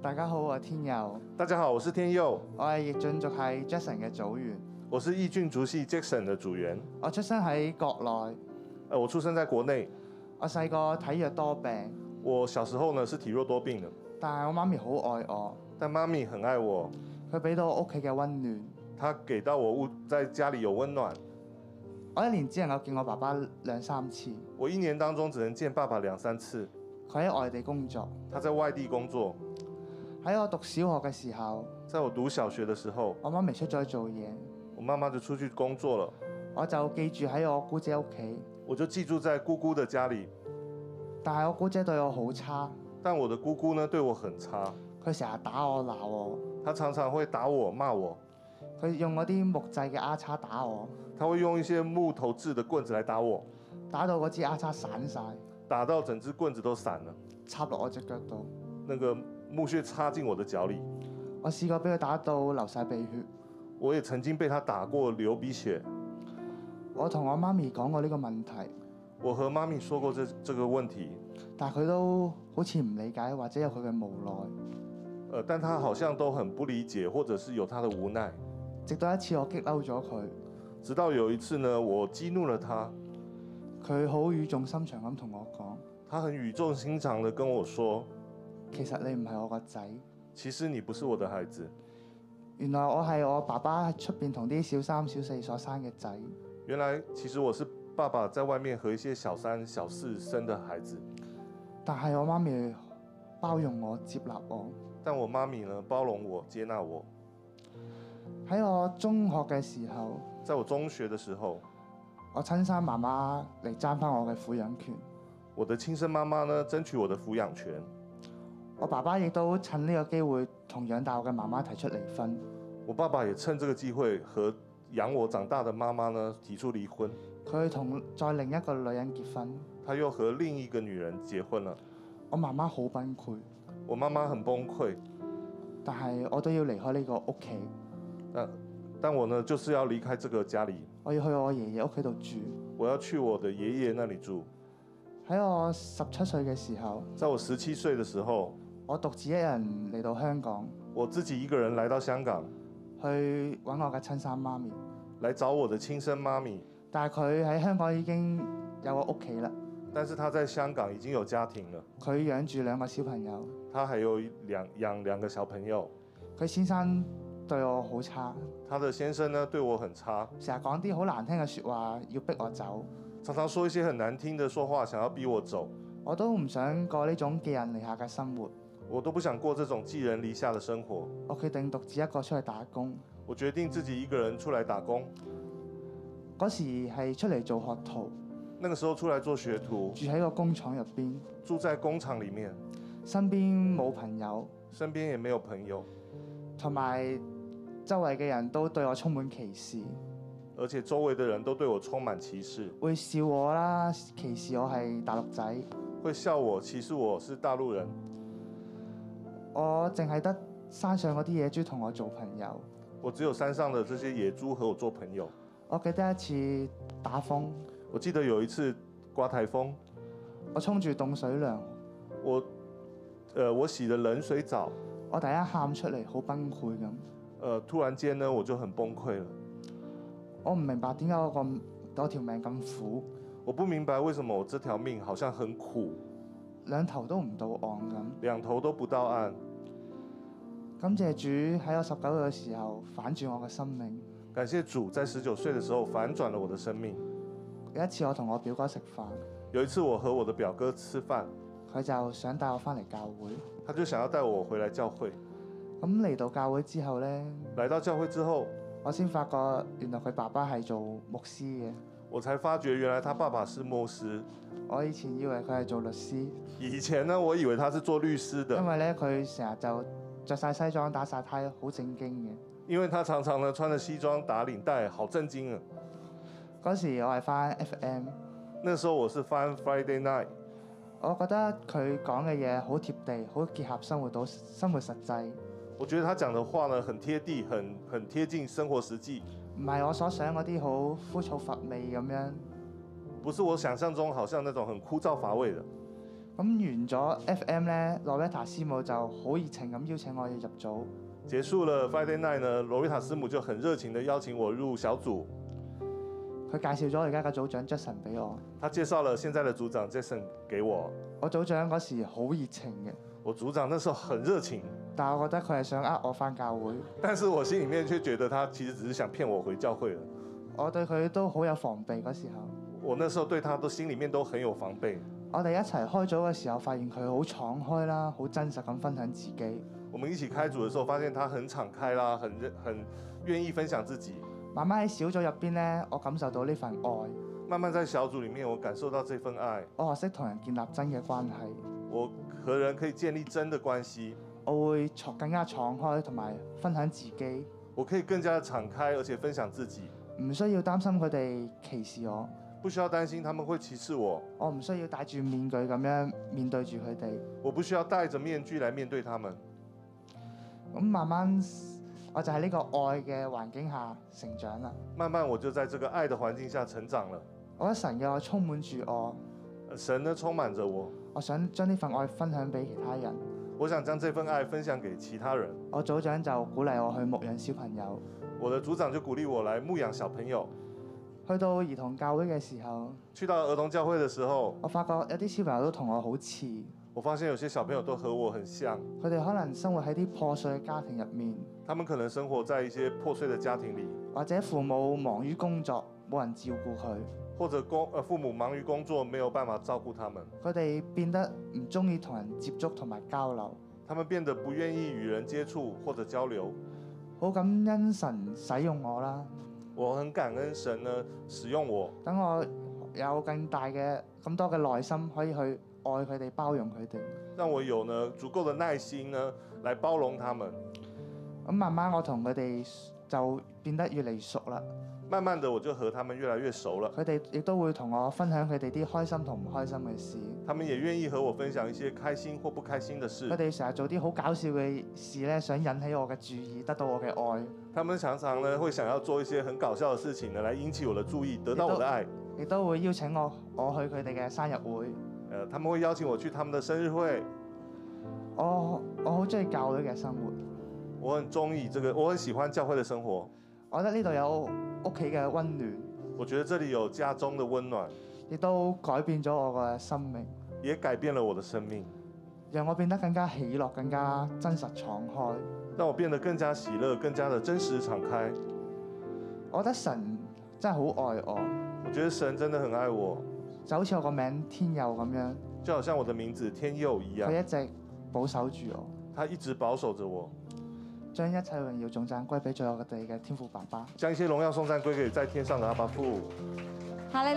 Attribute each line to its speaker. Speaker 1: 大家好，我係天佑，
Speaker 2: 大家好，我是天佑，
Speaker 1: 我係逆進族系 Jason 嘅組員。
Speaker 2: 我是易俊竹系 Jackson 的组员。
Speaker 1: 我出生喺國內，
Speaker 2: 呃，我出生在国内，
Speaker 1: 我細個體弱多病，
Speaker 2: 我小时候呢是体弱多病的，
Speaker 1: 但係我媽咪好愛我，
Speaker 2: 但妈咪很爱我，
Speaker 1: 佢俾到我屋企嘅温暖。
Speaker 2: 她给到我屋在家里有温暖。
Speaker 1: 我一年只能夠見我爸爸兩三次，
Speaker 2: 我一年当中只能见爸爸两三次，
Speaker 1: 佢喺外地工作。
Speaker 2: 他在外地工作。
Speaker 1: 喺我讀小學嘅時候，
Speaker 2: 在我读小学的时候，
Speaker 1: 我媽咪出咗去做嘢，
Speaker 2: 我妈妈就出去工作了，
Speaker 1: 我就記住喺我姑姐屋企。
Speaker 2: 我就寄住在姑姑的家里。
Speaker 1: 但係我姑姐對我好差，
Speaker 2: 但我的姑姑呢对我很差，
Speaker 1: 佢成日打我鬧我，
Speaker 2: 她常常会打我骂我，
Speaker 1: 佢用嗰啲木製嘅丫叉打我，
Speaker 2: 她会用一些木头制的棍子来打我，
Speaker 1: 打到嗰支丫叉散晒，
Speaker 2: 打到整只棍子都散了，
Speaker 1: 插落我只腳度。
Speaker 2: 那个木屑插进我的脚里。
Speaker 1: 我試過俾佢打到流晒鼻血。
Speaker 2: 我也曾经被他打过流鼻血。
Speaker 1: 我同我媽咪講過呢個問題，
Speaker 2: 我和妈咪说过这这个问题，
Speaker 1: 但係佢都好似唔理解，或者有佢嘅無奈。
Speaker 2: 呃，但他好像都很不理解，或者是有他的无奈。
Speaker 1: 直到一次我激嬲咗佢，
Speaker 2: 直到有一次呢，我激怒了他，
Speaker 1: 佢好語重心長咁同我講：
Speaker 2: 他很语重心长地跟我说
Speaker 1: 其實你唔係我個仔，：“
Speaker 2: 其实你不是我的孩子，
Speaker 1: 原來我係我爸爸出邊同啲小三小四所生嘅仔。
Speaker 2: 原来其实我是爸爸在外面和一些小三小四生的孩子。
Speaker 1: 但係我媽咪包容我、接納我。
Speaker 2: 但我妈咪呢，包容我，接纳我。
Speaker 1: 喺我中學嘅時候，
Speaker 2: 在我中学的时候，
Speaker 1: 我親生媽媽嚟爭翻我嘅撫養權，
Speaker 2: 我的亲生妈妈呢，争取我的抚养权。
Speaker 1: 我爸爸亦都趁呢個機會同養大我嘅媽媽提出離婚。
Speaker 2: 我爸爸也趁这个机会和养我长大的妈妈呢提出离婚，
Speaker 1: 佢同再另一個女人結婚，
Speaker 2: 他又和另一个女人结婚了。
Speaker 1: 我媽媽好崩潰，
Speaker 2: 我妈妈很崩溃，
Speaker 1: 但係我都要離開呢個屋企，
Speaker 2: 但但我呢就是要离开这个家里，
Speaker 1: 我要去我爺爺屋企度住。
Speaker 2: 我要去我的爷爷那里住。
Speaker 1: 喺我十七歲嘅時候，
Speaker 2: 在我十七岁的时候，
Speaker 1: 我獨自一人嚟到香港，
Speaker 2: 我自己一个人来到香港，
Speaker 1: 去揾我嘅親生媽咪，
Speaker 2: 来找我的亲生妈咪，
Speaker 1: 但係佢喺香港已經有個屋企啦，
Speaker 2: 但是她在香港已经有家庭了，
Speaker 1: 佢養住兩個小朋友，
Speaker 2: 她还有两养两个小朋友。
Speaker 1: 佢先生對我好差，
Speaker 2: 她的先生呢对我很差，
Speaker 1: 成日講啲好難聽嘅説話，要逼我走，
Speaker 2: 常常说一些很难听的说话，想要逼我走。
Speaker 1: 我都唔想過呢種寄人籬下嘅生活，
Speaker 2: 我都不想过这种寄人篱下的生活。
Speaker 1: 我決定獨自一個出去打工。
Speaker 2: 我决定自己一个人出来打工。
Speaker 1: 嗰時係出嚟做學徒，
Speaker 2: 那个时候出来做学徒，
Speaker 1: 住喺個工廠入邊，
Speaker 2: 住在工厂里面，
Speaker 1: 身邊冇朋友，
Speaker 2: 身边也没有朋友，
Speaker 1: 同埋周圍嘅人都對我充滿歧視，
Speaker 2: 而且周围的人都对我充满歧视，
Speaker 1: 會笑我啦，歧視我係大陸仔，
Speaker 2: 会笑我，歧视我是大陆人。
Speaker 1: 我淨係得山上嗰啲野豬同我做朋友。
Speaker 2: 我只有山上的这些野猪和我做朋友。
Speaker 1: 我記得一次打風，
Speaker 2: 我记得有一次刮台风，
Speaker 1: 我衝住凍水涼，
Speaker 2: 我，呃，我洗的冷水澡，
Speaker 1: 我突然喊出嚟，好崩潰咁。
Speaker 2: 呃，突然间呢我就很崩溃了。
Speaker 1: 我唔明白點解我個我條命咁苦，
Speaker 2: 我不明白为什么我这条命好像很苦，
Speaker 1: 兩頭都唔到岸咁。
Speaker 2: 两头都不到岸。
Speaker 1: 感謝主喺我十九歲嘅時候反轉我嘅生命。
Speaker 2: 感谢主，在十九岁的时候反转了我的生命。
Speaker 1: 有一次我同我表哥食飯，
Speaker 2: 有一次，我和我的表哥吃饭，
Speaker 1: 佢就想帶我翻嚟教會。
Speaker 2: 他就想要带我回来教会。
Speaker 1: 咁嚟到教會之後呢，
Speaker 2: 来到教会之后，
Speaker 1: 我先發覺原來佢爸爸係做牧師嘅。
Speaker 2: 我才发觉原来他爸爸是牧师。
Speaker 1: 我以前以為佢係做律師，
Speaker 2: 以前呢，我以为他是做律师
Speaker 1: 因
Speaker 2: 的，
Speaker 1: 為呢，佢成日就着晒西裝打晒呔，好正經嘅。
Speaker 2: 因为他常常呢穿着西装打领带，好震惊啊！
Speaker 1: 嗰時我係翻 FM，
Speaker 2: 那时候我是翻 Friday Night，
Speaker 1: 我覺得佢講嘅嘢好貼地，好結合生活到生活實際，
Speaker 2: 我觉得他讲的话呢很贴地，很很贴近生活实际，
Speaker 1: 唔係我所想嗰啲好枯燥乏味咁樣。
Speaker 2: 不是我想象中好像那种很枯燥乏味的。
Speaker 1: 咁完咗 FM 咧，Loretta 師母就好熱情咁邀請我哋入組。
Speaker 2: 结束了 Friday night 呢，罗瑞塔师母就很热情的邀请我入小组，
Speaker 1: 佢介紹咗而家嘅組長 Jason 俾我。
Speaker 2: 她介绍了现在的组长 Jason 给我，
Speaker 1: 我組長嗰時好熱情嘅，
Speaker 2: 我组长那时候很热情，
Speaker 1: 但係我覺得佢係想呃我翻教會。
Speaker 2: 但是我心里面却觉得他其实只是想骗我回教会了。
Speaker 1: 我對佢都好有防備嗰時候。
Speaker 2: 我那时候对他都心里面都很有防备。
Speaker 1: 我哋一齊開組嘅時候，發現佢好敞開啦，好真實咁分享自己。
Speaker 2: 我们一起开组的时候，发现他很敞开啦，很热很愿意分享自己。
Speaker 1: 慢慢喺小組入邊呢，我感受到呢份愛，
Speaker 2: 慢慢在小组里面，我感受到这份爱，
Speaker 1: 我學識同人建立真嘅關係，
Speaker 2: 我和人可以建立真的关系，
Speaker 1: 我會敞更加敞開同埋分享自己，
Speaker 2: 我可以更加的敞开，而且分享自己，
Speaker 1: 唔需要擔心佢哋歧視我，
Speaker 2: 不需要担心他们会歧视我，
Speaker 1: 我唔需要戴住面具咁樣面對住佢哋。
Speaker 2: 我不需要戴着面具来面对他们。
Speaker 1: 咁慢慢，我就喺呢個愛嘅環境下成長啦。
Speaker 2: 慢慢我就在這个爱的环境下成长了。
Speaker 1: 我覺得神嘅愛充滿住我，
Speaker 2: 呃神呢充满着我，
Speaker 1: 我想將呢份愛分享俾其他人。
Speaker 2: 我想將这份愛分享給其他人。
Speaker 1: 我組長就鼓勵我去牧養小朋友。
Speaker 2: 我的組長就鼓勵我來牧養小朋友。
Speaker 1: 去到兒童教會嘅時候，
Speaker 2: 去到兒童教會的時候，
Speaker 1: 我發覺有啲小朋友都同我好似，
Speaker 2: 我發現有些小朋友都和我很像，
Speaker 1: 佢哋可能生活喺啲破碎嘅家庭入面，
Speaker 2: 他們可能生活在一些破碎的家庭裡，
Speaker 1: 或者父母忙於工作，冇人照顧佢，
Speaker 2: 或者工呃父母忙於工作，沒有辦法照顧他們，
Speaker 1: 佢哋變得唔中意同人接觸同埋交流。
Speaker 2: 他們變得不願意與人接觸或者交流。
Speaker 1: 好感恩神使用我啦，
Speaker 2: 我很感恩神呢使用我，
Speaker 1: 等我有更大嘅咁多嘅耐心，可以去愛佢哋、包容佢哋。
Speaker 2: 讓我有呢足夠的耐心呢來包容他們。
Speaker 1: 咁慢慢我同佢哋就變得越嚟越熟啦。
Speaker 2: 慢慢的我就和他們越來越熟了，
Speaker 1: 佢哋亦都會同我分享佢哋啲開心同唔開心嘅事。
Speaker 2: 他們也願意和我分享一些開心或不開心的事
Speaker 1: 佢。哋成日做啲好搞笑嘅事咧，想引起我嘅注意，得到我嘅愛，
Speaker 2: 他們常常呢會想要做一些很搞笑的事情呢來引起我的注意，得到我的愛。
Speaker 1: 亦都會邀請我我去佢哋嘅生日會。
Speaker 2: 呃，他们会邀请我去他们的生日會，
Speaker 1: 我我好中意教會嘅生活，
Speaker 2: 我很中意这个，我很喜歡教會的生活。
Speaker 1: 我覺得呢度有屋企嘅温暖，
Speaker 2: 我覺得這裡有家中的温暖，
Speaker 1: 亦都改變咗我嘅生命，
Speaker 2: 也改變了我的生命，
Speaker 1: 讓我變得更加喜樂、更加真實敞開。
Speaker 2: 讓我變得更加喜樂，更加的真實敞開。
Speaker 1: 我覺得神真係好愛我，
Speaker 2: 我覺得神真的很愛我，
Speaker 1: 就好似我個名天佑咁樣，
Speaker 2: 就好像我的名字天佑一樣，
Speaker 1: 佢一直保守住我。
Speaker 2: 他一直保守着我，
Speaker 1: 將一切榮耀重讚歸俾最後我哋嘅天父爸爸。
Speaker 2: 將一些榮耀頌讚歸給在天上的阿爸父。
Speaker 3: 哈利路